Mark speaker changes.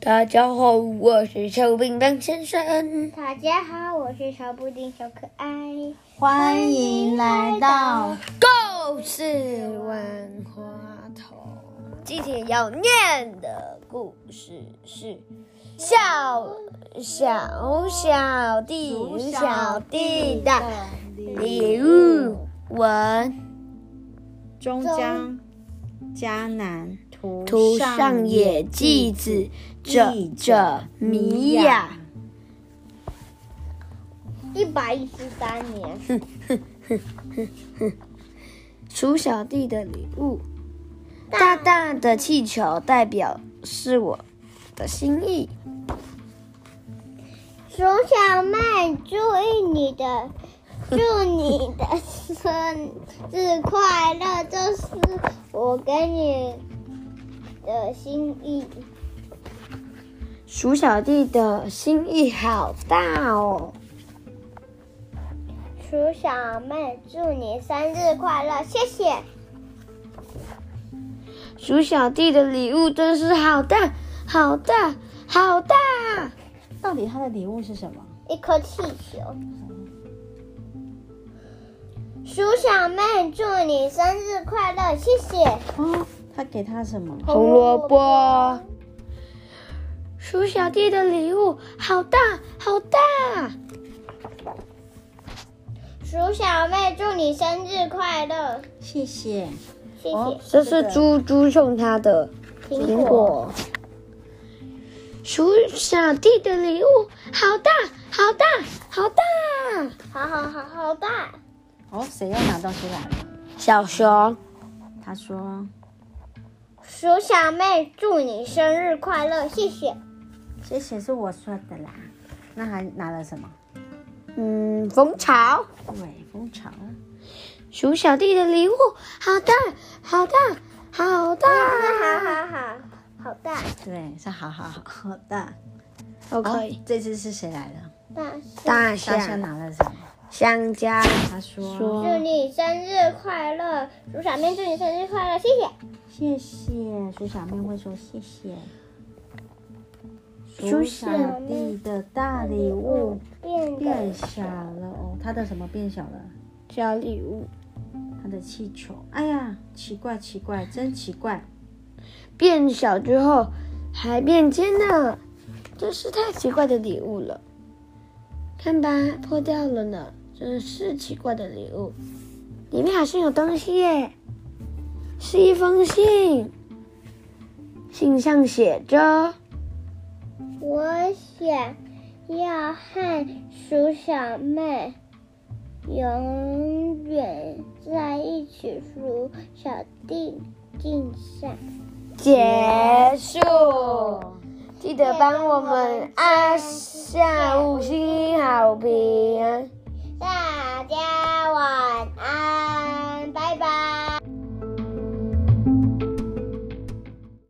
Speaker 1: 大家好，我是小叮当先生。
Speaker 2: 大家好，我是小布丁小可爱。
Speaker 3: 欢迎来到
Speaker 1: 故事万花筒，今天要念的故事是小小小弟与小弟的礼物文
Speaker 3: 中江迦南图
Speaker 1: 图上野纪子者者米雅。
Speaker 2: 一百一十三年，
Speaker 1: 鼠小弟的礼物，大大的气球代表是我的心意。
Speaker 2: 熊小妹，祝你的，祝你的生日快乐！这是我给你的心意。
Speaker 1: 鼠小弟的心意好大哦！
Speaker 2: 鼠小妹，祝你生日快乐！谢谢。
Speaker 1: 鼠小弟的礼物真是好大、好大、好大！
Speaker 3: 到底他的礼物是什么？
Speaker 2: 一颗气球。鼠小妹，祝你生日快乐！谢谢。
Speaker 3: 哦，他给他什么？
Speaker 1: 红萝卜。鼠小弟的礼物好大、好大！
Speaker 2: 鼠小妹，祝你生日快乐！
Speaker 3: 谢谢。
Speaker 2: 谢
Speaker 3: 哦
Speaker 2: 谢。
Speaker 1: 这是猪猪送他的
Speaker 2: 苹果。
Speaker 1: 果。鼠小弟的礼物好大、好大、好大！
Speaker 2: 好好好好大。
Speaker 3: 哦，谁要拿东西来了？
Speaker 1: 小熊。
Speaker 3: 他说
Speaker 2: 鼠小妹，祝你生日快乐！谢谢。
Speaker 3: 谢谢是我说的啦。那还拿了什么？
Speaker 1: 嗯，蜂巢。
Speaker 3: 对，蜂巢。
Speaker 1: 鼠小弟的礼物好大，好大，好
Speaker 2: 好
Speaker 1: 大，
Speaker 2: 好好，好大。
Speaker 3: 对，是好好好好的。
Speaker 1: 好可
Speaker 3: 哦。这次是谁来了？
Speaker 2: 大象，
Speaker 1: 大
Speaker 3: 大象
Speaker 1: 象、
Speaker 3: 拿了什么？
Speaker 1: 香蕉、
Speaker 3: 他说
Speaker 1: 说
Speaker 2: 祝你生日快乐！鼠小妹，祝你生日快乐！谢谢。
Speaker 3: 谢谢。鼠小妹会说谢谢。
Speaker 1: 鼠
Speaker 3: 鼠
Speaker 1: 小
Speaker 3: 小
Speaker 2: 妹
Speaker 3: 弟的大礼物
Speaker 2: 变
Speaker 3: 变
Speaker 2: 得
Speaker 3: 小了哦，他的什么变小了？
Speaker 1: 小礼物
Speaker 3: 他的气球，哎呀，奇怪奇怪，真奇怪。
Speaker 1: 变小之后还变尖了，真是太奇怪的礼物了。看吧，破掉了呢，真是奇怪的礼物。里面好像有东西耶，是一封信，信上写着。
Speaker 2: 我想要和鼠小妹永远在一起。鼠小弟敬上，
Speaker 1: 结束，记得帮我们按下五星好评，